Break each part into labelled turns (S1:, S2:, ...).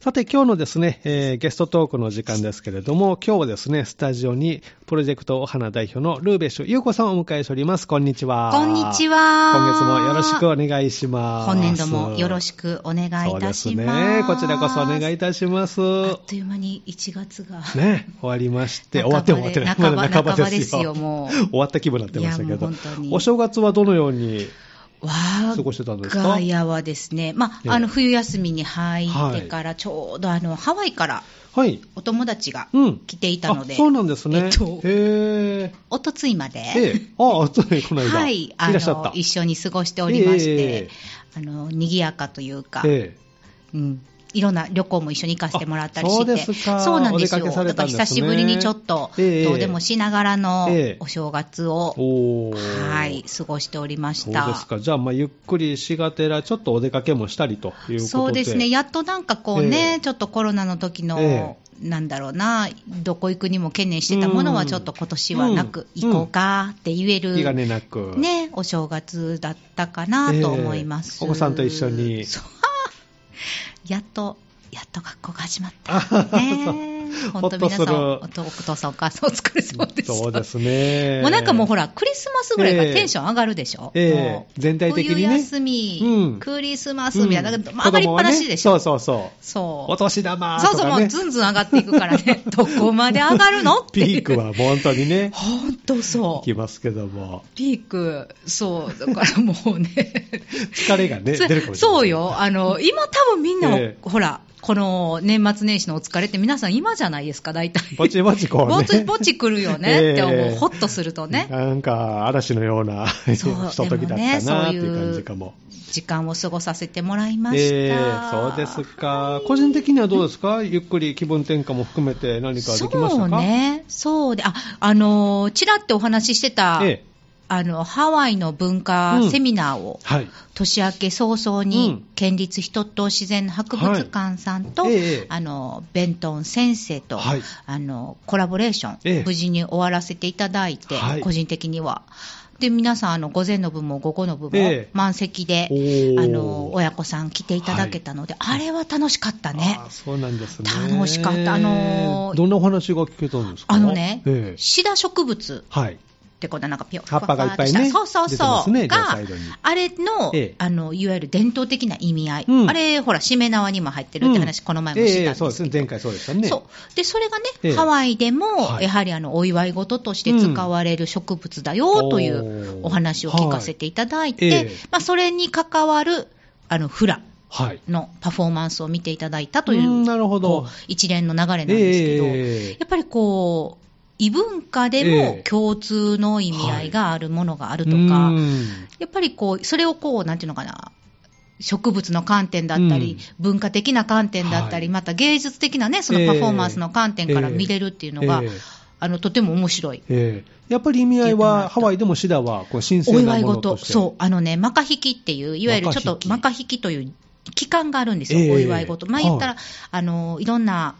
S1: さて今日のですね、えーゲストトークの時間ですけれども、今日はですね、スタジオにプロジェクトお花代表のルーベッシュ優子さんをお迎えしております。こんにちは。
S2: こんにちは
S1: 今月もよろしくお願いします。
S2: 本年度もよろしくお願いいたします。
S1: そうですね。こちらこそお願いいたします。
S2: あっという間に1月が。
S1: ね、終わりまして、終
S2: 半
S1: わ
S2: ば
S1: って
S2: で
S1: も終わってない。
S2: 半ば
S1: まだ
S2: 半ばですよもう
S1: 終わった気分になってましたけ
S2: いや
S1: ど
S2: もう本当。に
S1: お正月はどのように
S2: わ
S1: 過ごしてたんですか
S2: が家はですね、ま
S1: ええ
S2: あ、あの冬休みに入ってから、ちょうどあのハワイから
S1: はい。
S2: お友達が
S1: うん。
S2: 来ていたので、
S1: あそうなんですね。
S2: えっと
S1: へー
S2: おとついまで、
S1: ええ、ああ、そうね、この間。
S2: はい、あ
S1: いらっしゃった
S2: の。一緒に過ごしておりまして、
S1: ええ
S2: あの賑やかというか、
S1: ええ
S2: うん、いろんな旅行も一緒に行かせてもらったりして、
S1: あそうですか
S2: そうなんです
S1: お
S2: よ、
S1: 出かけされ
S2: だ
S1: た
S2: か
S1: ん
S2: ら
S1: ですね
S2: 久しぶりにちょっと、
S1: ええ
S2: どうでもしながらの
S1: ええ
S2: お正月を、
S1: おー
S2: はい、過ごしておりま
S1: そ
S2: し
S1: う
S2: た。
S1: ですか。じゃあ、まあ、ゆっくりしがてら、ちょっとお出かけもしたりということで。
S2: そうですね、やっとなんかこうね、
S1: ええ
S2: ちょっとコロナの時の、
S1: え
S2: なんだろうな、どこ行くにも懸念してたもの
S1: う
S2: は、
S1: ん
S2: ちょっと今年はなく、
S1: うん
S2: 行こうかって言える、
S1: 気兼ねなく。
S2: ね、お正月だったかなと思います、
S1: ええお子さんと一緒に
S2: そうやっとやっと学校が始まっ
S1: あはは
S2: たね
S1: ほっ
S2: 本当
S1: と
S2: 皆
S1: する
S2: さんお父お父さんお母さんお疲れ様でした
S1: そうですね。
S2: もうなんかもうほ
S1: ら、
S2: らクリスマスぐらいからテンション上がるでしょ、
S1: ええ
S2: もう
S1: 全体的にね
S2: 冬休み、
S1: うん
S2: クリスマスみたいな、
S1: う
S2: なんんか上がりっぱなしでしょ、
S1: 子供はねそうそうそう。
S2: そう
S1: お年玉と
S2: そうそ
S1: か
S2: う、もう
S1: ね。
S2: ずんずん上がっていくか らねどこまで上がるのっていう
S1: ピークはもう本当にね、
S2: 本当そ
S1: 行
S2: う
S1: きますけども。
S2: ピークそうだからもうね
S1: 疲れが ね、
S2: そ
S1: 出るかもしれない。
S2: そう。よ、あの今、多分みんな、
S1: ええ
S2: ほら、この年末年始のお疲れって、皆さん、今じゃないですか、大体。
S1: ぼちぼちこうね。
S2: ぼちぼち来る よねって思う、
S1: ええ
S2: ほっとするとね、
S1: なんか嵐のようなひ
S2: そう
S1: とときだったなっていう感じかも。
S2: 時間を過ごさせてもらいました。
S1: ええそうですか。個人的にはどうですかゆっくり気分転換も含めて何かできまし
S2: そ
S1: た
S2: う
S1: か。
S2: ね、そうで、あ、あのー、ちらってお話ししてた、
S1: ええ
S2: あの、ハワイの文化
S1: うん
S2: セミナーを、
S1: はい。
S2: 年明け早々
S1: うん
S2: に、県立人と自然博物館さんと、
S1: はいええ
S2: あのベントン先生と、
S1: はい
S2: あのコラボレーション、
S1: ええ
S2: 無事に終わらせていただいて、
S1: はい
S2: 個人的には。で皆さんあの、午前の部も午後の部も
S1: ええ
S2: 満席で、
S1: おー
S2: あの親子さん来ていただけたので、あれは楽しかったね
S1: あ。あそうなんですね。
S2: 楽しかったあのー
S1: どんなお話が聞けたんですか
S2: あのね、
S1: ええ
S2: シダ植物
S1: はい。
S2: ってこうなんかピョ
S1: 葉っぱがいっぱいね
S2: ふわふわっとしたそうそうそう、
S1: 出てますね両
S2: が
S1: サイドに
S2: あれの,、
S1: ええ
S2: あのいわゆる伝統的な意味合い、
S1: うん
S2: あれほらしめ縄にも入ってるって話、
S1: うん
S2: この前もしたんですけど、
S1: ええそうですね。前回そうでしたね。
S2: そうでそれがね、
S1: ええ
S2: ハワイでも
S1: はい
S2: やはりあのお祝い事として使われる植物だよとい
S1: お
S2: う
S1: ー
S2: お話を聞かせていただいて、
S1: はいええ
S2: まあ、それに関わるあのフラ
S1: はい。
S2: のパフォーマンスを見ていただいたという
S1: うんなるほど
S2: こう一連の流れなんですけど、
S1: ええ
S2: やっぱりこう異文化で
S1: ええ
S2: も共通の意味合いがあるものがあるとか、
S1: うん
S2: やっぱりこう、それをこう、なんていうのかな、植物の観点だったり、文化的な観点だったり、
S1: はい
S2: また芸術的なね、そのパフォーマンスの観点から見れるっていうのが、
S1: ええ
S2: あのとても面白い。
S1: ええやっぱり意味合いは、ハワイでもシダはこう新
S2: お
S1: 鮮な
S2: 祝い
S1: ものと
S2: 事、
S1: して。
S2: そう、あのね、マカヒキっていう、いわゆるちょっと
S1: マ
S2: マ
S1: カ
S2: カヒキという期間があるんですよ、
S1: ええ
S2: お祝い事。まあ言ったら、
S1: は
S2: あの、いろんな、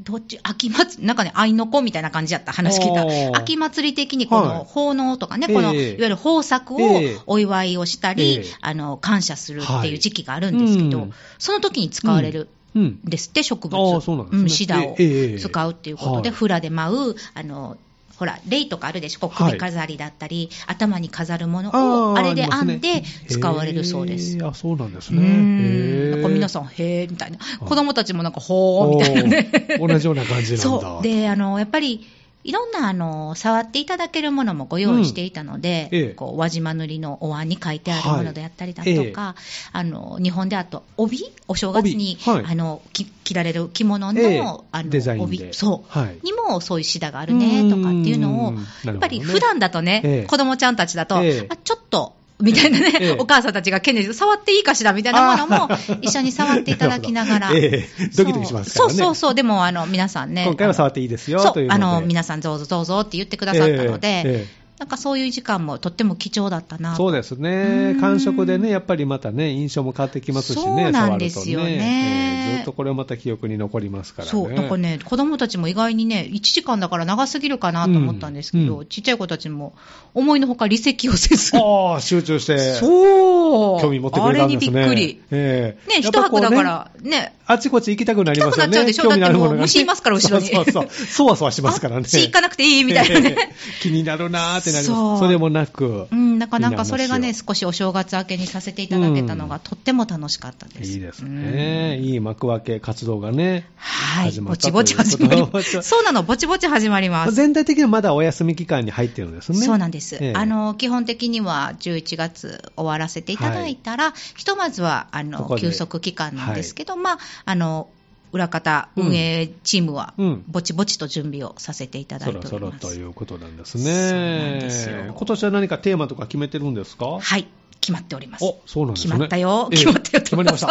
S2: どっち、秋祭り、なんかね、愛の子みたいな感じやった、話聞
S1: あ
S2: い
S1: ー
S2: た。秋祭り的に、こ
S1: はい
S2: の、奉納とかね、この、
S1: え
S2: い
S1: え
S2: わゆる豊作を
S1: ええ
S2: お祝いをしたり、
S1: ええ
S2: あの、感謝するっていう時期があるん
S1: はい
S2: ですけど、
S1: うん
S2: その時に使われる。
S1: うん。
S2: ですって、植
S1: あ
S2: 物。
S1: あそうなんですね
S2: んシダを
S1: ええええ
S2: 使うっていうことで、
S1: はい
S2: フラで舞う、あの、ほら、レイとかあるでしょ、こう
S1: はい
S2: 首飾りだったり、頭に飾るものを、あれで編んで使われるそうです。
S1: あ、そうなんです
S2: う
S1: ね。
S2: ん。なんか皆
S1: ん、
S2: さん、へえ、みたいな。
S1: あ
S2: 子供たちもなんか、ほー、みたいなね。
S1: おー同じような感じなんだ。
S2: そう。で、あの、やっぱり、いろんな、あの、触っていただけるものもご用意していたので、
S1: うんええ
S2: こう、輪島塗りのお椀に書いてあるものであったりだとか、
S1: はいええ
S2: あの、日本であと、帯お正月に、
S1: 帯はい
S2: あの、き着られる着物の、
S1: ええ
S2: あの、
S1: デザインで
S2: 帯、そう。
S1: はい
S2: にも、そういうシダがあるね、とかっていうの
S1: う
S2: を
S1: ん、
S2: やっぱり普段だとね、
S1: ええ
S2: 子供ちゃんたちだと、
S1: ええ
S2: あちょっと、みたいなね、
S1: ええ
S2: お母さんたちが懸念して、触っていいかしらみたいなものも
S1: あー
S2: 一緒に触っていただきながら、
S1: ええドキドキしますからね
S2: そうそうそう、でもあの皆さんね、
S1: 今回は触って
S2: い
S1: い
S2: い
S1: いですよ、
S2: そ
S1: というう
S2: あの、
S1: な
S2: 皆さん、どうぞどうぞって言ってくださったので、
S1: え
S2: なんかそういう時間もとっても貴重だった
S1: え
S2: な
S1: そうですね
S2: う。ん
S1: 感触でね、やっぱりまたね、印象も変わってきますしね、
S2: そうなんですよ
S1: 触
S2: ね
S1: るとええずっとこれまた記憶に残りますからね。
S2: そうなんかね、子供たちも意外にね、1時間だから長すぎるかなと思ったんですけど、
S1: うん
S2: ちっちゃい子たちも思いのほか、離席を せず、
S1: ああ、集中して、
S2: そう
S1: 興味持ってくれたんですね。
S2: あれにびっくり。
S1: ええ
S2: ね、
S1: や
S2: 一
S1: ぱこう
S2: 泊だからね、
S1: あちこち行きたくなりますよね。
S2: 行きたくなっちゃうでしょ
S1: 興味のあるものがね
S2: だってもう虫いますから後ろに
S1: そうそうそう。そわそわしますからね。
S2: あっち行かなくていいみたいなね
S1: え え。気になるなーってなります。
S2: そ
S1: そうれもなく。
S2: うん、なかなかそれが
S1: い
S2: ね、
S1: い話
S2: 少しお正月明けにさせていただけたのが、
S1: うん
S2: とっても楽しかったです。
S1: いいですね。いい幕開け活動がね。
S2: はい。
S1: 始まっ
S2: ぼ
S1: た
S2: ちぼち始ま
S1: と
S2: り
S1: い
S2: ま
S1: うこと
S2: す。
S1: は
S2: そうなの、ぼちぼち始まります。
S1: 全体的にはまだお休み期間に入ってるんですね。
S2: そうなんです、
S1: ええ
S2: あの基本的には11月終わらせていただいたら、ひとまずはあ
S1: こ
S2: の
S1: こで
S2: 休息期間なんですけど、まあ、あの裏方
S1: うん
S2: 運営チームは、
S1: うん
S2: ぼちぼちと準備をさせていただ
S1: そ
S2: いており
S1: ろ
S2: ます。
S1: そろということなんです
S2: そうなんです
S1: ね。
S2: よ
S1: 今年は何かテーマとか決めてるんですか
S2: はい決まっております。
S1: お、そうなんです
S2: 決
S1: ね。
S2: まったよ、
S1: ええ
S2: 決まったよ、
S1: 決まりました。。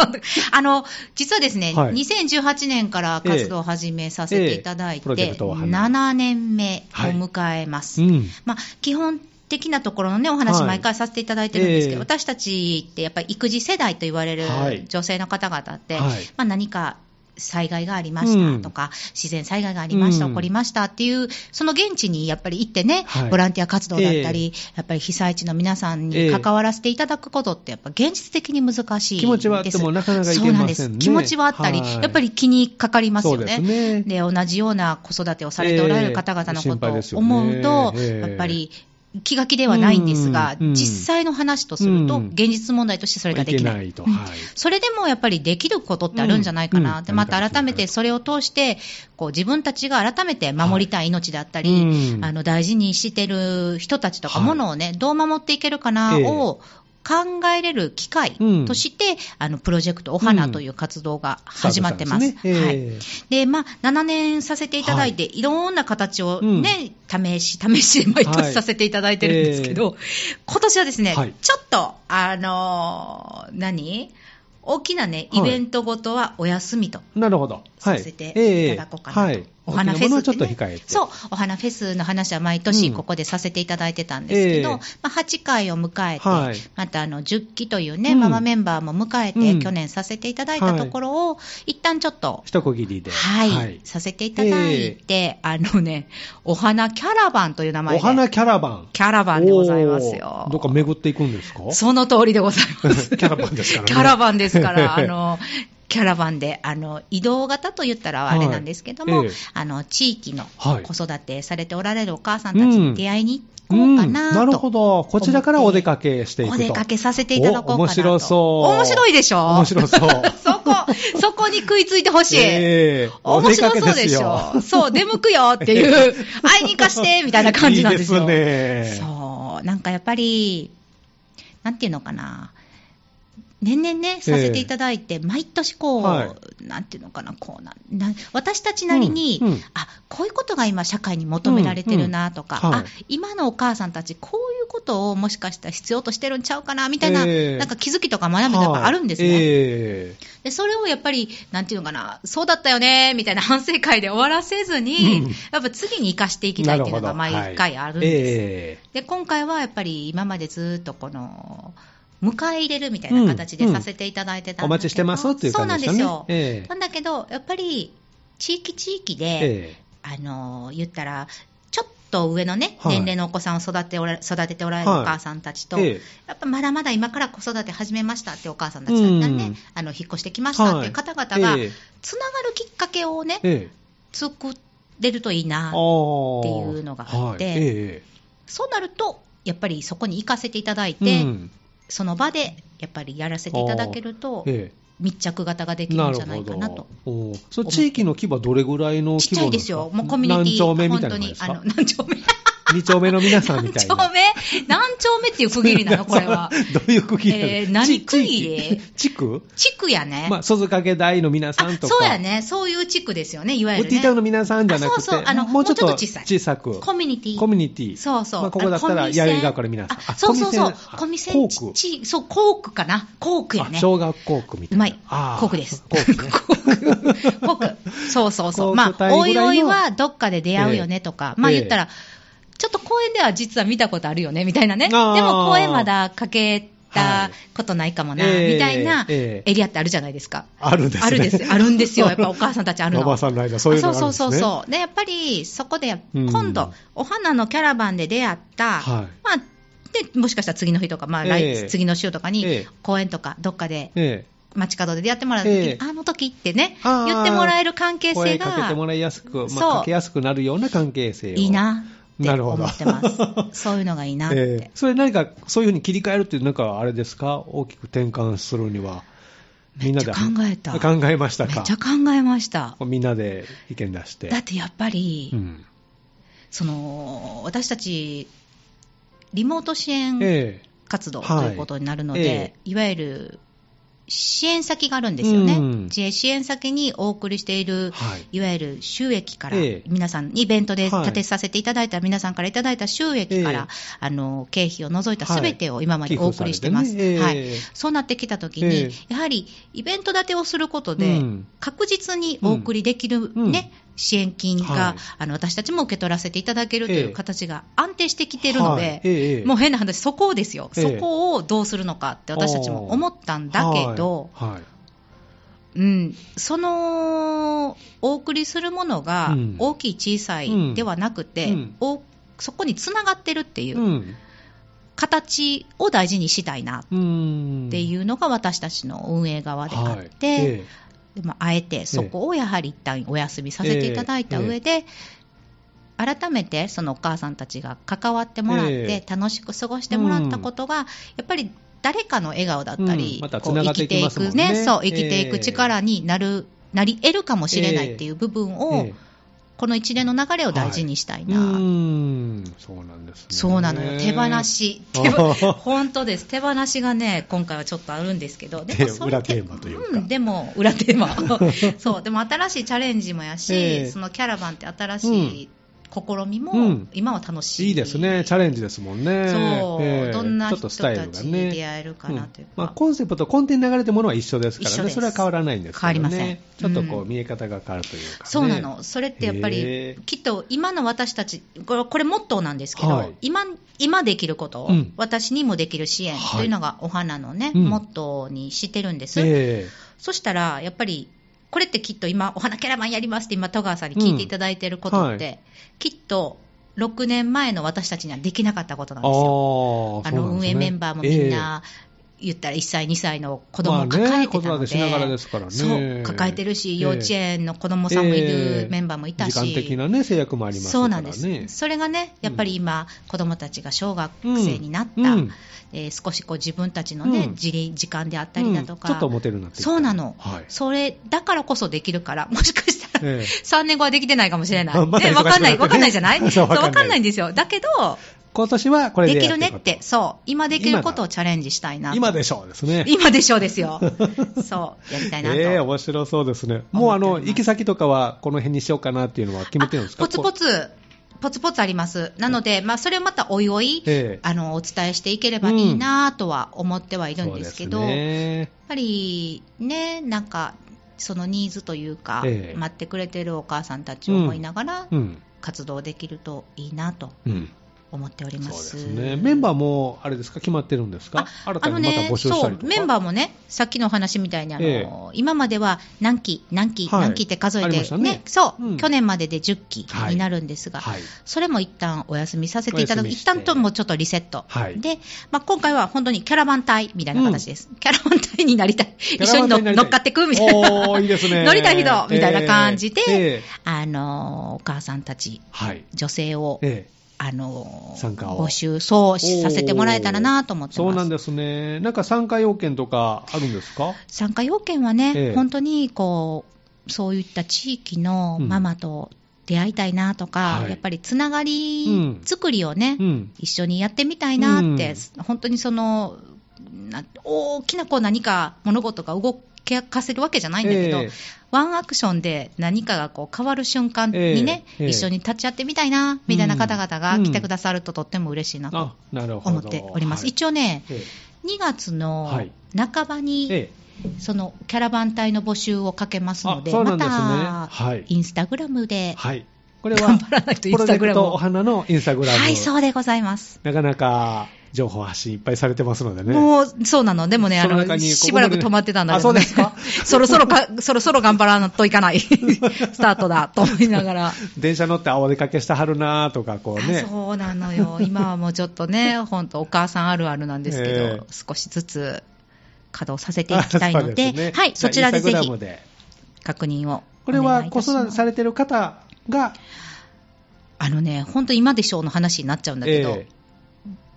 S2: あの実はですね、
S1: はい
S2: 2018年から活動を始めさせていただ
S1: えええ
S2: い
S1: えプロジェ
S2: て、
S1: クトを始め
S2: 7年目を迎えます。
S1: うん。
S2: まあ、基本的なところのね、お話、
S1: はい
S2: 毎回させていただいてるんです
S1: え
S2: けど、
S1: え
S2: 私たちってやっぱり育児世代と言われる
S1: はい
S2: 女性の方々って、
S1: はい
S2: まあ、何か災害がありましたとか、自然災害がありました、
S1: うん
S2: 起こりましたっていう、その現地にやっぱり行ってね、
S1: はい
S2: ボランティア活動だったり、やっぱり被災地の皆さん
S1: え
S2: に
S1: え
S2: 関わらせていただくことって、やっぱ現実的に難しいです。
S1: 気持ちはあってもなかなかい
S2: そ
S1: け
S2: うなん
S1: ま
S2: で
S1: せん
S2: す。
S1: ね。
S2: 気持ちはあったり、
S1: はい
S2: やっぱり気にかかりますよ
S1: そうですね。
S2: で同じような子育てをされておられる方々のことを思うと、
S1: ええ心配ですよねええ
S2: やっぱり気が気ではないんですが、
S1: うんうん
S2: 実際の話とすると、
S1: うん
S2: 現実問題としてそれができない。
S1: いと。
S2: うん
S1: はい。
S2: それでもやっぱりできることってあるんじゃないかなって、
S1: うん
S2: また改めてそれを通して、こう自分たちが改めて守りたい命だったり、
S1: うん
S2: あの大事にしてる人たちとか、
S1: はい
S2: ものをね、どう守っていけるかな
S1: ええ
S2: を考えれる機会
S1: うん
S2: として、あのプロジェクト、お花という活動が始まってます。
S1: サービスなんです
S2: は
S1: ね
S2: い
S1: ええ
S2: で、まあ、7年させていただいて、い、ろんな形をね、試し、試し、毎
S1: は
S2: 年
S1: い
S2: させていただいてるんですけど、今年はですね、
S1: はい
S2: ちょっと、あのー何大きなね、
S1: はい
S2: イベントごとはお休みと。
S1: なるほど。
S2: させ
S1: え
S2: て
S1: え
S2: いただこうかなと、
S1: はい。
S2: お花フェ
S1: 大きなもの
S2: ス
S1: は
S2: っ
S1: ち
S2: て
S1: ょ
S2: ね
S1: っと控えて。
S2: そう。お花フェスの話は毎
S1: う
S2: 年
S1: ん
S2: ここでさせていただいてたんですけど、
S1: ええ
S2: まあ、8回を迎えて、
S1: はい
S2: またあの10期というね、
S1: うん
S2: ママメンバーも迎えて、
S1: うん
S2: 去年させていただいたところを、一旦ちょっと
S1: 一区切りで。
S2: はい、させていただいて、あのね、お花キャラバンという名前
S1: お
S2: で、
S1: 花キャラバン。
S2: キャラバンでございますよ
S1: おー。どっか巡っていくんですか
S2: その通りでございます。
S1: キャラバンですからね
S2: キャラバンです から、あの、キャラバンで、あの、移動型と言ったらあれなんですけども、
S1: はいええ
S2: あの、地域の
S1: はい
S2: 子育てされておられるお母さんたちに出会いに行こうかなと。
S1: なるほど。こちらからお出かけしていくと。
S2: お出かけさせていただこうかなと。
S1: お面白そう
S2: 面白いでしょ
S1: 面白 そう
S2: そこ、そこに食いついてほしい。
S1: ええお
S2: 面
S1: 出
S2: 白
S1: かけ
S2: そうで
S1: です
S2: し
S1: よ
S2: ょ。そう、出向くよっ ていう、会いに行かして、みたいな感じなんですよ。
S1: いいですね。
S2: そう、なんかやっぱり、なんていうのかな。年々ね、させていただいて、毎年こう、
S1: は
S2: なんていうのかな、こうな、な私たちなりに、
S1: うんうん
S2: あ、こういうことが今社会に求められてるなとか、
S1: うんうんはい
S2: あ、今のお母さんたち、こういうことをもしかしたら必要としてるんちゃうかな、みたいな、
S1: ええ
S2: なんか気づきとか学びとかあるんですね。
S1: はいえ
S2: で、それをやっぱり、なんていうのかな、そうだったよね、みたいな反省会で終わらせずに、
S1: うん
S2: やっぱ次に生かしてい
S1: え
S2: きたいっていうのが毎回あるん
S1: はい
S2: です。
S1: ええ
S2: で、今回はやっぱり今までずっとこの、迎え入れるみたいな形で
S1: うん
S2: させていただいてたんだけど、
S1: お待ちしてますっていう感じでしたね。
S2: そうなんですよ。
S1: ええ
S2: なんだけど、やっぱり、地域地域で、
S1: え
S2: あの言ったら、ちょっと上のね、
S1: はい
S2: 年齢のお子さんを育ておら育てておられるお母さんたちと、
S1: はいええ
S2: やっぱまだまだ今から子育て始めましたってお母さんたちだったりね、
S1: うん
S2: あの引っ越してきましたっていう方々が、つなが
S1: はいえ
S2: る
S1: え
S2: きっかけをね
S1: え、ええ
S2: 作れるといいな、
S1: って
S2: いうのがあって
S1: え
S2: そうなると、やっぱりそこに行かせていただい
S1: え
S2: て、
S1: うん
S2: その場でやっぱりやらせていただけると、
S1: え
S2: 密着型がで
S1: え
S2: きるんじゃないかなと。
S1: おーその地域の規模はどれぐらいの
S2: ちっ
S1: 規
S2: ちゃ
S1: 模ないん
S2: ですす
S1: か
S2: よ、もうコミュ
S1: 何
S2: ニティ
S1: 丁目み
S2: 本
S1: たい
S2: 当
S1: な感じで
S2: に
S1: す
S2: あ
S1: か
S2: の何丁目
S1: 二丁目の皆さんみ
S2: 何
S1: たい
S2: 丁
S1: な。。
S2: 目何丁目っていう区切りなの、これは
S1: どういう区切りなの
S2: えー何
S1: ち
S2: 区切り
S1: 地域地区
S2: 地区やね。
S1: まあ、鈴掛台の皆さんとか。
S2: そうや。ね。そういう地区ですよね、いわ
S1: ウ
S2: ゆ
S1: ッ
S2: る
S1: ディタウン
S2: ね。
S1: の皆さんじゃなく
S2: あ
S1: て、
S2: そうそうあの
S1: もうちょっと
S2: もうちょっと小さ
S1: 小
S2: い
S1: さく。
S2: コミュニティ。
S1: コミュニティ。
S2: そうそう。
S1: まあ、ここだった
S2: あ
S1: ら、
S2: の
S1: 八重学の皆さん。
S2: あ、そうそうそう。
S1: コ
S2: コ
S1: ミ
S2: ミ
S1: セ
S2: セ
S1: ン
S2: ン
S1: コーク
S2: ち、そう、コークかな。コークや
S1: あ
S2: ね。
S1: 小学校区みた
S2: う
S1: いな。
S2: まい。コ
S1: あ
S2: ークです。
S1: コークね
S2: コーク。 コーク。そうそうそう。ま
S1: コーク
S2: あ、
S1: 隊
S2: お
S1: ぐらい
S2: い
S1: の
S2: おいはどっかで出会うよねとか、まあ
S1: ええ
S2: 言ったら、ちょっと公園では実は見たことあるよね、みたいなね。で
S1: あー
S2: も公園まだかけ
S1: は
S2: た
S1: い
S2: ことないかもな、
S1: ええ
S2: みたいな
S1: え
S2: エ
S1: え
S2: リアってあるじゃないですか。
S1: あるんですね。
S2: あるです。あるんですよ。やっぱお母さんたちあ るの。
S1: おばさんの間、そういうのがあるんですね。
S2: そうそうそうそう。で、やっぱり、そこで、
S1: うん
S2: 今度、お花のキャラバンで出会っ
S1: は
S2: た、
S1: い
S2: まあ、で、もしかしたら次の日とか、まあ、来
S1: ええ
S2: 次の週とかに、
S1: ええ
S2: 公園とか、どっかで
S1: ええ
S2: 街角でやってもらう時に、
S1: ええ
S2: あの時ってね、
S1: あー
S2: 言ってもらえる関係性
S1: 声かけて
S2: が
S1: もらいやすく、まあ、
S2: そう
S1: かけやすくなるような関係性を。
S2: いいなって
S1: なるほ
S2: 思
S1: ど
S2: ってます。そういうのがいいなって。
S1: ええそれ何かそういうふうに切り替えるって、なんかあれですか、大きく転換するには、みんなで
S2: めっちゃ考えた
S1: 考えました
S2: めっ
S1: か
S2: ち、ゃ考えました。
S1: みんなで意見出して。
S2: だってやっぱり、
S1: うん
S2: その私たち、リモート支援
S1: ええ
S2: 活動
S1: はい
S2: ということになるので、
S1: え
S2: いわゆる支援先があるんですよね、
S1: うん
S2: 自衛支援先にお送りしている、
S1: はい
S2: い、わゆる収益から、
S1: ええ
S2: 皆さん、イベントで
S1: はい
S2: 立てさせていただいた、皆さんからいただいた収益から、あの経費を除いたすべてを今までお送りしてます。
S1: 寄付さ
S2: は
S1: れて
S2: い
S1: ねええ
S2: そうなってきたときに、
S1: ええ
S2: やはりイベント建てをすることで、
S1: うん
S2: 確実にお送りできる、ね
S1: うん
S2: 支援金が、
S1: はい
S2: あの私たちも受け取らせていただけるとい
S1: ええ
S2: う形が安定してきてるので、
S1: はいええ
S2: もう変な話、そこをですよ、
S1: ええ
S2: そこをどうするのかって私たちも思ったんだけど、
S1: はいはい
S2: うん、そのお送りするものが
S1: うん
S2: 大きい、小さいではなくて、
S1: うん
S2: おそこにつながってるっていううん形を大事にしたいな
S1: うん
S2: っていうのが私たちの運営側であ
S1: は
S2: っ
S1: い
S2: て、
S1: え
S2: でもあえてそこをやはり一旦お休みさせていただいた上で、改めてそのお母さんたちが関わってもらっ
S1: え
S2: て、楽しく過ごしてもらったことが、やっぱり誰かの笑顔だった
S1: う
S2: り
S1: ん、また
S2: こ
S1: つな
S2: う
S1: が
S2: 生
S1: っていき
S2: きてい
S1: ますもん
S2: く
S1: ね
S2: ね、そう、生きてい
S1: ええ
S2: く力になる、なり得るかもしれな
S1: ええ
S2: いっていう部分
S1: え
S2: を
S1: え、
S2: この一連の流れを大事にしたい
S1: えう
S2: な。
S1: んそうなんですね
S2: そうなのよ、手放 し、手
S1: あ
S2: 放
S1: ー
S2: 本当です、手放しがね、今回はちょっとあるんですけど、で
S1: で
S2: もそれ
S1: 裏テーマというか
S2: ん、でも、裏テーマ、 そう、でも新しいチャレンジもやし、
S1: ええ
S2: そのキャラバンって新しい試みも、
S1: うん
S2: 今は楽しい。
S1: いいですね、チャレンジですもんね。
S2: そう、
S1: ええ
S2: どんな
S1: ちょ
S2: 人
S1: ったとスタイ
S2: ち
S1: ルが
S2: に
S1: ね
S2: 出会えるかなという
S1: うんまあ、
S2: か、
S1: コンセプト、根底に流れてるものは一緒ですから
S2: 一緒
S1: ね、
S2: です
S1: それは変わらないんですけどね、
S2: 変わりません
S1: ちょっとこ
S2: う
S1: う、
S2: ん
S1: 見え方が変わるというか、ね、
S2: そうなの、それってやっぱ
S1: へ
S2: り
S1: え、
S2: きっと今の私たち、これ、これモットーなんですけど、
S1: はい
S2: 今今できること、
S1: うん
S2: 私にもできる支援
S1: はい
S2: というのがお花のね、
S1: うん
S2: モットーにしてるんです。
S1: え
S2: そしたら、やっぱり、これってきっと今、お花キャラバンやりますって今、戸川さんに聞いていただいてることって、
S1: うんはい
S2: きっと6年前の私たちにはできなかったこと
S1: え
S2: なん
S1: あ
S2: ですよ。
S1: ー
S2: あ
S1: そうな
S2: の
S1: んです
S2: 運
S1: ね
S2: 営メンバーもみんな、言ったら1歳、2歳の子供を
S1: まあね
S2: 抱えて
S1: 子
S2: た
S1: 育
S2: の
S1: て
S2: で、
S1: しながらですからね
S2: そう抱えてる
S1: ええ
S2: し、幼稚園の子供さんもい
S1: え
S2: る
S1: え
S2: メンバーもいたし、
S1: 時間的な、ね、制約もありますか
S2: そう
S1: らね、
S2: なんです、それがね、やっぱり今、子供たちが小学生になった、
S1: うん
S2: えー少しこう自分たちのね、
S1: うん
S2: 自立時間であったりだとか、
S1: うんちょっとモテるようになってきた
S2: そうなの、
S1: はい
S2: それだからこそできるから、 もしかしたら、
S1: ええ
S2: 3年後はできてないかもしれない、
S1: また忙しくな
S2: わ
S1: ってね
S2: かんない、わかんないじゃない、
S1: そ
S2: そうう
S1: わかんない
S2: わかんないんですよ、だけど、
S1: 今年はこれで
S2: で
S1: や
S2: き
S1: る
S2: るねって、そう、今できること
S1: 今
S2: をチャレンジしたいな、
S1: 今でしょうですね。
S2: 今でしょうですよ、そう、やりたいなと。
S1: ええ面白そうですね。もうあ
S2: 思っ
S1: の、
S2: ております
S1: 行き先とかはこの辺にしようかなっていうのは決めてるんですか
S2: あポツポツ、ポツポツあります。なので、まあ、それをまたおいおい、
S1: ええ
S2: あの、お伝えしていければいいなとは思ってはいるんですけど、
S1: そう
S2: やっ
S1: ね
S2: ぱりね、なんか、そのニーズというか、
S1: ええ
S2: 待ってくれてるお母さんたちを思いながら、
S1: うん。
S2: 活動できるといいなと
S1: うん。
S2: 思っており
S1: そう
S2: ま。
S1: ですすね。メンバーも、あれですか、決まってるんですか新たにまた募集したりとか。
S2: そう、メンバーもね、さっきのお話みたいに、あの、
S1: ええ
S2: 今までは何期、何期、
S1: はい
S2: 何期って数え、
S1: ありましてた
S2: ね
S1: ね
S2: そう、
S1: うん
S2: 去年までで10期になるんですが、
S1: はい。
S2: それも一旦お休みさせていただ
S1: お
S2: く、
S1: 休みし
S2: 一
S1: て
S2: 旦ともちょっとリセット、
S1: はい
S2: でまあ、今回は本当にキャラバン隊みたいな形です、キャラバン隊になりたい、一緒に乗乗っかってくみたいな、
S1: おーいいですね。
S2: 乗りたい人みたいな感じで、
S1: ええ
S2: あのーお母さんたち、
S1: はい。
S2: 女性を、
S1: ええ
S2: あのー
S1: 参加を
S2: 募集そうし
S1: おー
S2: させてもらえたらなと思ってます。
S1: そうなんですね。なんか参加要件とかあるんですか
S2: 参加要件はね、
S1: ええ
S2: 本当にこうそういった地域のママと出会いたいなとか、
S1: はい
S2: やっぱりつなが
S1: う
S2: り
S1: ん
S2: 作りをね、
S1: うん。
S2: 一緒にやってみたいなって、
S1: う
S2: 本当にそのな大きなこう何か物事が動かせるわけじゃないんだけど、
S1: ええ
S2: ワンアクションで何かがこう変わる瞬間にね、
S1: ええええ
S2: 一緒に立ち会ってみたいなみたいな方々が来てくださるととっても嬉しいなと
S1: あ、なるほど。
S2: 思っております。
S1: はい
S2: 一応ね、
S1: え
S2: 2月の
S1: はい
S2: 半ば
S1: え
S2: に、
S1: ええ
S2: そのキャラバン隊の募集をかけますので、
S1: あそうな
S2: ま
S1: んですね
S2: た、
S1: はい
S2: インスタグラムで
S1: はい。これは
S2: 頑、張らないと、イン
S1: プロ
S2: ス
S1: ジ
S2: タ
S1: ェ
S2: グ
S1: ク
S2: ラム
S1: ト
S2: を。
S1: お花のインスタグラム。
S2: はい、そうでございます。
S1: なかなか情報発信いっぱいされてますのでね。
S2: もう、そうなの。でもね、あ
S1: その中
S2: の、
S1: にここまで
S2: しばらく止まってたんだけどね。
S1: あそうで
S2: そろそろか、そろそろ頑張らんといかない。 スタートだ、と思いながら。
S1: 電車乗ってあお出かけしてはるなとか、こうね。
S2: そうなのよ。今はもうちょっとね、本当お母さんあるあるなんですけど、
S1: ええ
S2: 少しずつ稼働させていきたいので、
S1: そうすね
S2: はい、そちらでぜ
S1: じゃあ
S2: ひ
S1: Instagram で
S2: 確認を
S1: こ
S2: お
S1: れ
S2: 願
S1: はい
S2: い
S1: 子
S2: たし
S1: 育
S2: ま
S1: て
S2: す
S1: さ。れてる方が、
S2: あのね、本当今でしょうの話になっちゃうんだけど、
S1: え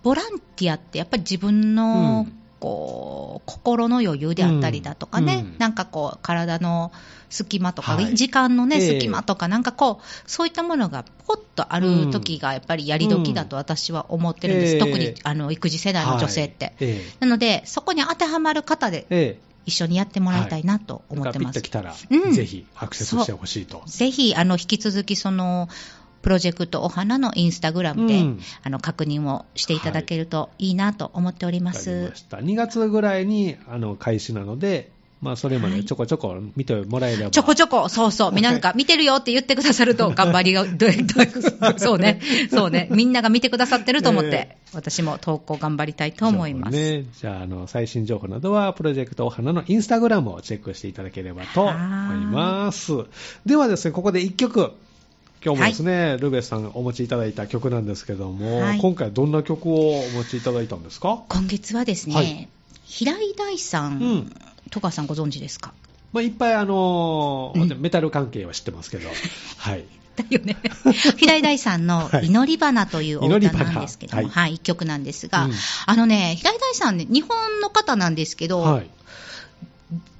S2: ボランティアってやっぱり自分の、
S1: うん
S2: こう心の余裕であったりだとかね、
S1: うんうん
S2: なんかこう体の隙間とか、
S1: はい
S2: 時間のね、
S1: ええ
S2: 隙間とか、なんかこうそういったものがポッとある時がやっぱりやり時だと私は思ってるんです、
S1: うん
S2: 特
S1: ええ
S2: にあの育児世
S1: え
S2: 代の女性って。
S1: はいええ
S2: なので、そこに当てはまる方で
S1: え
S2: 一緒にやってもらいたいなと
S1: え、
S2: 思って
S1: ピッ
S2: ま
S1: と
S2: す。
S1: 来たら、
S2: うん
S1: ぜひアクセスしてほしいと。
S2: ぜひあの引き続きそのプロジェクトお花のインスタグラムで、
S1: うん
S2: あの確認をしていただけるといいなと思っておりま
S1: わか
S2: す。
S1: りました。2月ぐらいにあの開始なので、まあ、それまでちょこちょこ見てもらえれば、
S2: ちょこちょこ、そうそう、みんなが見てるよって言ってくださ ると、頑張りが、どうどうそうね、そうね、みんなが見てくださってると思って、私も投稿頑張りたいと思います。
S1: そうね、じゃああの、最新情報などは、プロジェクトお花のインスタグラムをチェックしていただければと思います。ではですね、ここで1曲。今日もですね、ルベスさんがお持ちいただいた曲なんですけども、
S2: はい
S1: 今回どんな曲をお持ちいただいたんですか、
S2: 今月はですね、
S1: はい
S2: 平井大さん、
S1: うん
S2: 戸川さんご存知ですか
S1: まあ、いっぱいあのー
S2: うん
S1: メタル関係は知ってます けど、はい。
S2: だよね。平井大さん の
S1: はい
S2: 祈り花というお
S1: 祈
S2: 歌
S1: り花
S2: なんですけど
S1: は
S2: も、
S1: い
S2: はい、一曲なんですが、
S1: うん
S2: あのね、平井大さんね、日本の方なんですけど、
S1: はい。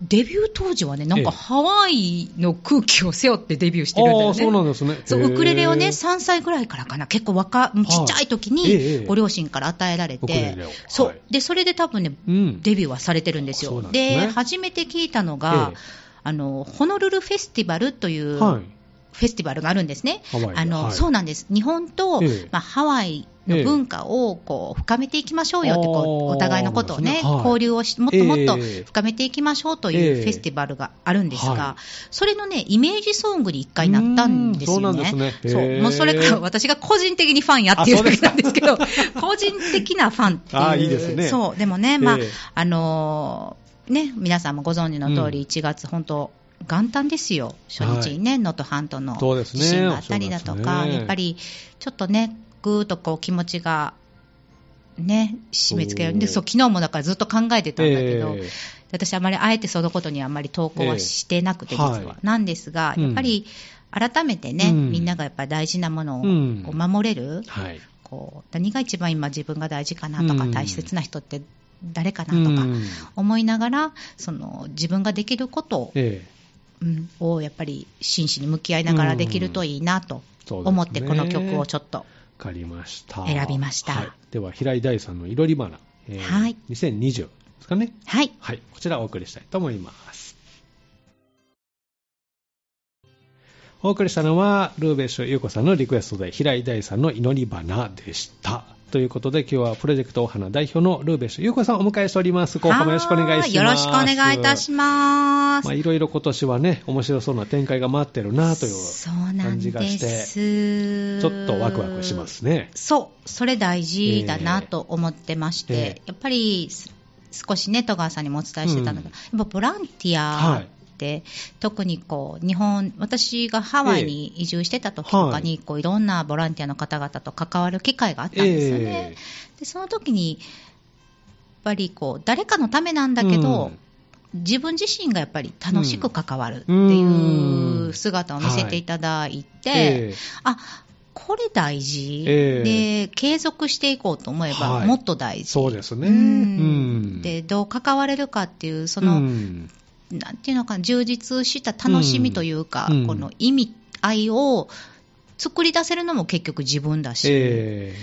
S2: デビュー当時はね、なん
S1: ええ
S2: かハワイの空気を背負ってデビューしてるんだ
S1: あ
S2: よ
S1: あ、そう
S2: ね。
S1: なんですね。
S2: そうウクレレをね、
S1: へー
S2: 3歳ぐらいからかな、結構若、もうちっちゃい時
S1: はいええええ
S2: にご両親から与えられ
S1: ウクレレ
S2: て
S1: を、
S2: そ
S1: は
S2: う
S1: い
S2: でそれで多分ね、
S1: うん。
S2: デビューはされてるんです
S1: そう
S2: よ。
S1: なんですね
S2: で、初めて聞いたのが、
S1: え
S2: あのホノルルフェスティバルとい
S1: え
S2: う
S1: はい。
S2: フェスティバルがあるんですね。
S1: ハワイで
S2: あの
S1: はい
S2: そうなんです。日本と、
S1: ええ
S2: まあ、ハワイの文化をこう深めていきましょうよってこ
S1: あー
S2: う、お互いのことを
S1: な
S2: ね、
S1: るほどはい
S2: 交流をしもっともっと
S1: ええ
S2: 深めていきましょうという
S1: ええ
S2: フェスティバルがあるんですが、
S1: は
S2: それのね、イメージソングに一回なったんですよね。
S1: うーんそうなんですね
S2: そう
S1: へえ
S2: もうそれから私が個人的にファンやってい
S1: あ
S2: る
S1: そう
S2: だ
S1: で
S2: け
S1: すか
S2: なんですけど、 個人的なファンっていう。
S1: あーいいですね
S2: そう、でもね、まあ、
S1: ええ
S2: あのーね、皆さんもご存知の通り、
S1: うん
S2: 1月、本当、元旦ですよ、初日にね、能登半島の
S1: そうですね
S2: 地震があったりだ
S1: そ
S2: とか、
S1: うですね
S2: やっぱりちょっとね、ぐーっとこう気持ちが。ね、締め付けられるで
S1: おー
S2: そう昨日もだからずっと考えてたんだけど、
S1: ええ
S2: 私、あまりあえてそのことにあまり投稿はしてなくて、
S1: ええ
S2: 実は、
S1: はい
S2: なんですが、
S1: うん
S2: やっぱり改めてね、
S1: うん
S2: みんながやっぱり大事なものをこ
S1: うん
S2: う守れる、
S1: はい。
S2: こう何が一番今、自分が大事かなとか、
S1: うん
S2: 大切な人って誰かなとか、
S1: うん
S2: 思いながらその自分ができることを,、
S1: ええ
S2: うん、をやっぱり真摯に向き合いながらできるといいなと
S1: そうですね
S2: 思ってこの曲をちょっと
S1: わかりました。
S2: 選びました
S1: はい、では、平井大さんのいろり花、えー
S2: はい
S1: 2020ですかね。
S2: はい
S1: はい。こちらをお送りしたいと思います。お送りしたのは、ルーベッシュ優子さんのリクエストで、平井大さんの祈り花でした。ということで、今日はプロジェクトお花代表のルーベッシュ優子さんをお迎えしております。後半もよろしくお願いします。
S2: よろしくお願いいたします。
S1: まあ、いろいろ今年はね、面白そうな展開が待ってるなという
S2: そうなん
S1: 感じ
S2: で
S1: がして、
S2: す。
S1: ちょっとワクワクしますね。
S2: そう、それ大事だなと思ってまして、
S1: ええ
S2: やっぱりす少しね、戸川さんにもお伝えしてたんだけど、やっぱボランティアって、特にこう日本、私がハワイに移住してた時とかに、いこういろんなボランティアの方々と関わる機会があったんですよね。
S1: え
S2: でその時にやっぱりこう誰かのためなんだけど、自分自身がやっぱり楽しく関わるっ
S1: う
S2: て
S1: ん
S2: いううん姿を見せていただいて、
S1: ええ
S2: あこれ大事、
S1: ええ
S2: で継続していこうと思えば
S1: はい
S2: もっと大事、
S1: そうですね。
S2: うん
S1: うん
S2: でどう関われるかっていうそ
S1: うん
S2: の、なんていうのかな充実した楽しみというか、
S1: うん
S2: この意味合いを作り出せるのも結局自分だし、
S1: え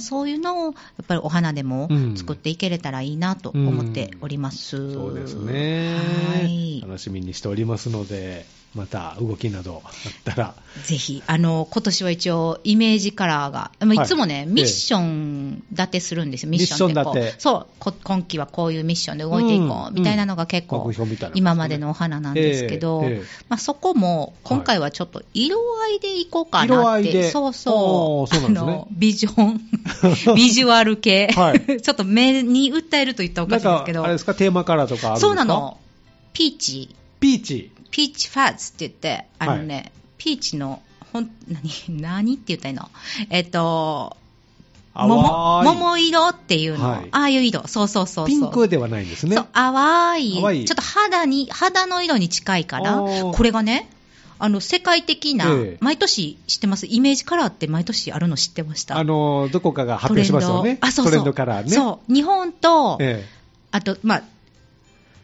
S2: そういうのをやっぱりお花でも
S1: うん
S2: 作っていけれたらいいなと思っております。
S1: えそうですね、
S2: はい
S1: 楽しみにしておりますので、また動きなどあったら、
S2: ぜひ、あの、今年は一応、イメージカラーが、まあ
S1: はい
S2: いつもね、
S1: え
S2: ミッション立てするんですよ、ミッションってこ
S1: ミ
S2: う
S1: ッション立て
S2: そうこ今期はこういうミッションで動いていこ
S1: う
S2: う、
S1: ん
S2: みたいなのが結構、
S1: 目標みたいな、
S2: 今までのお花なんですけど、
S1: ええ ええ
S2: まあ、そこも、今回はちょっと色合いでいこうかなっ
S1: 色合いで
S2: て、そうそ
S1: おー
S2: う、
S1: そうなんですね
S2: の、ビジョ ン、ビジュアル系、
S1: はい
S2: ちょっと目に訴えると言ったらお
S1: な
S2: か
S1: ん
S2: しいんで
S1: か
S2: すけ、
S1: あれ
S2: ど
S1: で、すか、テーマカラーとかあるんですか
S2: そうな。の、ピーチ。
S1: ピーチ。
S2: ピーチファーズって言って、あの ね、ピーチの、ほん、何、何って言ったらいいのえっ、と、
S1: 淡い
S2: 桃色っていうの、
S1: はい
S2: ああいう色、そうそうそうそう。
S1: ピンクではないんですね
S2: そう。淡い
S1: 淡い
S2: ちょっと肌に肌の色に近いから
S1: あー
S2: これがねあの世界的な、
S1: ええ
S2: 毎年知ってますイメージカラーって毎年あるの知ってました
S1: あのどこかが発表しますよね、
S2: あそうそう
S1: トレンドカラーね。
S2: そう日本と、
S1: え
S2: あとまあ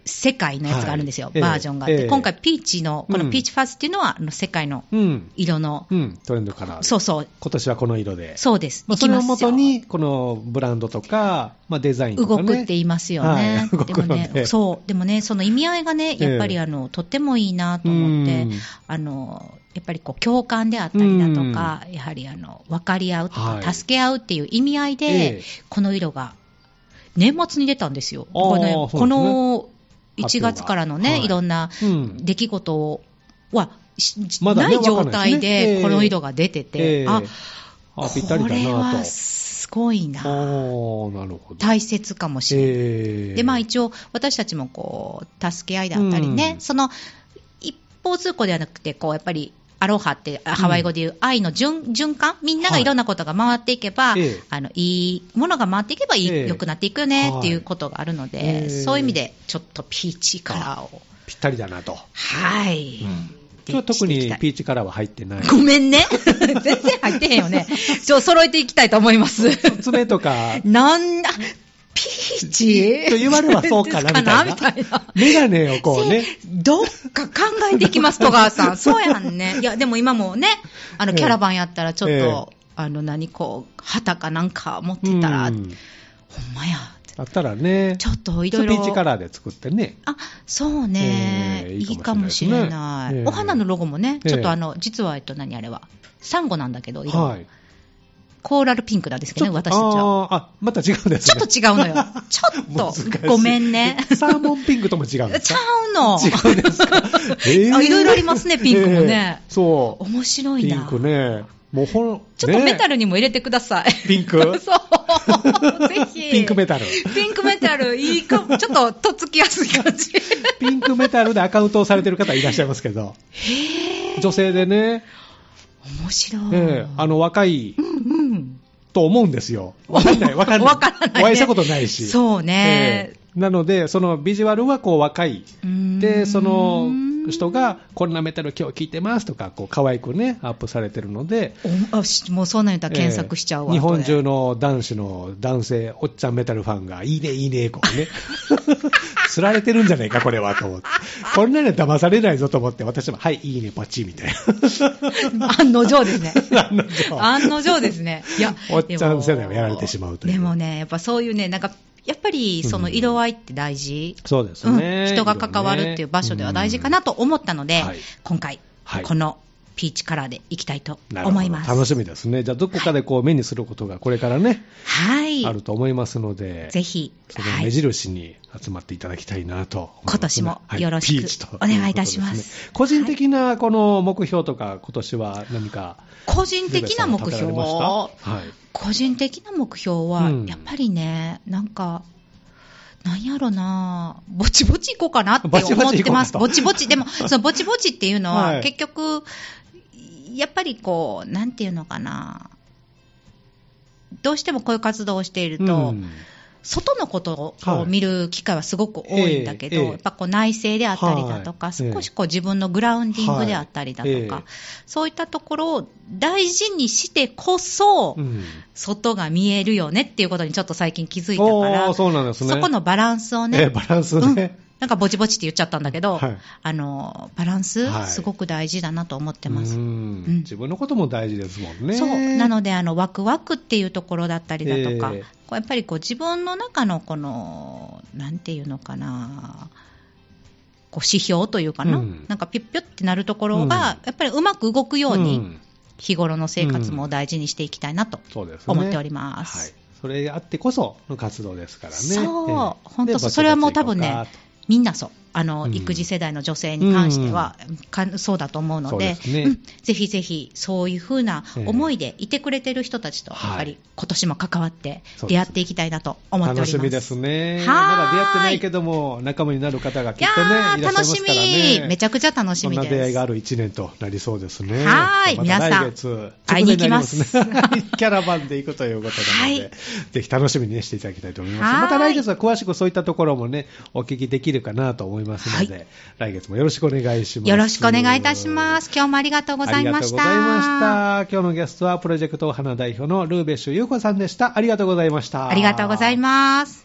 S2: 世界のやつがあるんですよ、
S1: はいええ
S2: バージョンがあって、
S1: ええ
S2: 今回ピーチのこ
S1: う
S2: の
S1: ん
S2: ピーチファースっていうのは、あの世界の
S1: えうん、
S2: 色の、
S1: うん、トレンドカラー、
S2: そうそう
S1: 今年はこの色で、
S2: そうです、
S1: まあ、
S2: いき
S1: それ
S2: ま
S1: を
S2: す
S1: も
S2: よ
S1: とに、このブランドとか、まあ、デザインと
S2: 動
S1: か、ね、
S2: くって言いますよね、
S1: はい動く
S2: で
S1: の
S2: も
S1: で
S2: ねそうでもね、その意味合いがね、やっぱ
S1: え
S2: り
S1: え
S2: あの、とってもいいなと思って
S1: うん、
S2: あのやっぱりこう共感であったりだとか、やはりあの分かり合うとか、
S1: はい
S2: 助け合うっていう意味合いで、
S1: ええ
S2: この色が年末に出たんですよ、
S1: あーそ
S2: この,、
S1: うですね
S2: この
S1: 発表
S2: 1
S1: が
S2: 月からのね、
S1: はい
S2: い、ろんな
S1: うん
S2: 出来事をは、し
S1: まだね
S2: ない
S1: わ
S2: 状態
S1: かんないですねえ
S2: で
S1: え
S2: この色が出てて、
S1: ええ
S2: あ
S1: あぴったりだ
S2: これ
S1: な
S2: は
S1: と。
S2: すごい
S1: ああ
S2: な、
S1: ー、なるほど。
S2: 大切かもしれない。
S1: ええ
S2: でまあ、一応、私たちもこう助け合いだったりね、
S1: うん
S2: その一方通行ではなくてこう、やっぱりアロハって、あハワイ語でいう愛の循循環、みんながいろんなことが回っていけば、
S1: はい
S2: い
S1: ええ
S2: あのいいものが回っていけばいい、
S1: ええ
S2: 良くなっていくよね
S1: はい
S2: っていうことがあるので、
S1: ええ
S2: そういう意味でちょっとピーチカラーを、
S1: ぴったりだなと。
S2: はい、
S1: 今日特
S2: していき
S1: に
S2: たい
S1: ピーチカラーは入って ない。
S2: ごめんね、 全然入ってへんよね、ちょ揃えていきたいと思います。
S1: 爪とか、
S2: なんだピーチ
S1: と言わればそうかなみたいな
S2: かみたいな
S1: メガネをこうね。
S2: どっか考えていきます、戸 川さん。そうやんね。いや、でも今もね、あの、
S1: ええ
S2: キャラバンやったら、ちょっと、
S1: え
S2: あの、何、こう、旗かなんか持ってたら、
S1: う
S2: ほん
S1: ん
S2: まや、
S1: だったらね、
S2: ちょっといろいろ。
S1: ピーチカラーで作ってね。
S2: あ、そうね、
S1: ええ
S2: いいかもしれない。
S1: いいかもしれないですねええ
S2: お花のロゴもね、
S1: ええ
S2: ちょっとあの、実は、えっと、何あれは、サンゴなんだけど、色。
S1: はい。
S2: コーラルピンクなんですけどね、私たちは。
S1: あーあ、また違うんです
S2: ちょっ
S1: ね。
S2: と違うのよ。 ちょ
S1: 難し
S2: っ
S1: い
S2: と、ごめ んね。
S1: サーモンピンクとも違うんです
S2: ち
S1: か
S2: ゃうの。
S1: 違うんですか、
S2: あいろいろありますねピンクもね
S1: そう。
S2: 面白い
S1: ピ
S2: な。
S1: ンクね。もうほん、
S2: ちょっとメタ
S1: ル。
S2: ルにも入れてください。
S1: ピン ク
S2: そう。ぜひ。
S1: ピンクメタル。
S2: ピンクメタル、いいかも。ちょっと、とっつきやすい感じ。
S1: ピンクメタルでアカウントをされてる方いらっしゃいますけど。女性でね、
S2: 面白い。
S1: ええあの、若い
S2: うん。
S1: と思うんですよ。わかん ない、わかんない。
S2: わからないね
S1: お会いしたことないし。
S2: そう
S1: え
S2: ね
S1: えなので、そのビジュアルはこう若い。で、その人が、こんなメタル今日聴いてますとか、こう可愛くね、アップされてるので、
S2: おあしもうそうなんやったら検索しちゃうわ。
S1: ええ日本中
S2: の。
S1: の男子の男性、おっちゃんメタルファンが、いいね、いいね、こうね。 釣られてるんじゃないか、これは、と思って。こんなの騙されないぞと思って、私も、はい、いいね、ポチ、みたいな。
S2: 案 の定ですね。
S1: 案の定
S2: 案の定です ね。いや、
S1: おっちゃん
S2: でも
S1: 世代はやられてしまうという
S2: でもね、やっぱそういうね、なんか、やっぱりその色合いって大事。
S1: そうですね。
S2: うん、人が関わるっていう場所では大事かなと思ったので、
S1: うんはい
S2: 今回、
S1: はい
S2: このピーチカラーでいきたいと
S1: なるほど
S2: 思います。
S1: 楽しみですね。じゃあ、どこかでこう目にすることがこれからね、
S2: はい。
S1: あると思いますので、
S2: ぜひ、
S1: その
S2: は
S1: 目
S2: い、
S1: 印に集まっていただきたいなと思いますね
S2: 今年もよろしく
S1: はいピーチとうこと
S2: お願いいたします
S1: ですね個人的なこの目標とか、今年は何か、
S2: 個人的な目標
S1: ルベさんは立てられまし
S2: 個人的な目標は、
S1: うん
S2: やっぱりね、なんか、なんやろなぼちぼち行こうかなって
S1: ぼちぼち行こうかと
S2: 思ってます。ぼちぼち。 でも、そのぼちぼちっていうのは、
S1: はい
S2: 結局、やっぱりこう、なんていうのかなどうしてもこういう活動をしている
S1: た
S2: と、
S1: うん
S2: 外のこと
S1: は
S2: を
S1: い
S2: 見る機会はすごく多いんだけど、
S1: ええええ
S2: やっぱこう内政であったりだとか、
S1: はい
S2: 少しこう自分のグラウンディングであったりだとか、
S1: はいええ
S2: そういったところを大事にしてこそ、
S1: うん
S2: 外が見えるよねっていうことにちょっと最近気づいたから、
S1: おーそうなんですね
S2: そこのバランスをね、
S1: えーバランスね、
S2: なんかぼちぼちって言っちゃったんだけど、
S1: はい
S2: あのバランス、
S1: はい
S2: すごく大事だなと思って
S1: うん
S2: ます。うん
S1: 自分のことも大事ですもんね。
S2: そうなのであのワクワクっていうところだったりだとか、
S1: ええ
S2: こうやっぱりこう自分の中のこのなんていうのかなこう指標というかな、
S1: うん
S2: なんかピュッピュッってなるところ
S1: う
S2: が、
S1: ん
S2: やっぱりうまく動くように、
S1: ん
S2: 日頃の生活も大事にしていきたいなと、
S1: そうですね、
S2: 思っております
S1: はい、それあってこその活動ですからね。
S2: そう
S1: えー
S2: ほんとそう
S1: で
S2: それはもう多分ね
S1: ぼちぼち行こうかと
S2: みんなそうあの、育児世代の女性に関しては、かそうだと思うので
S1: そうですね
S2: ぜひぜひそういうふうな思いでいてくれてる人たちと、
S1: はい
S2: やっぱり今年も関わって
S1: そうです
S2: 出会っていきたいなと思っておりま
S1: 楽
S2: す。
S1: しみですね。まだ
S2: はーい
S1: 出会ってないけども、仲間になる方がき
S2: い
S1: っ
S2: や
S1: とね、い
S2: ー、
S1: らっしゃいま
S2: 楽
S1: す
S2: し
S1: からね。
S2: み。めちゃくちゃ楽しみ
S1: そんな出
S2: で
S1: 会い
S2: す
S1: が。ある1年となりそうですね。
S2: はー
S1: ま
S2: い
S1: た
S2: 皆さん
S1: 来月、
S2: 会いに行きます
S1: 直前になり ますねキャラバンで行くということなので、
S2: はい
S1: ぜひ楽しみにねしていただきたいと思います。
S2: はーい
S1: また来月は詳しくそういったところもね、お聞きできるかなと思いますので、
S2: は
S1: 来月もよろしくお願いします。。
S2: よろしくお願いいたしますす。今日もありがとうございました。
S1: ありがとうございました。今日のゲストは、プロジェクトお花代表のルーベッシュ優子さんでした。ありがとうございました。
S2: ありがとうございます。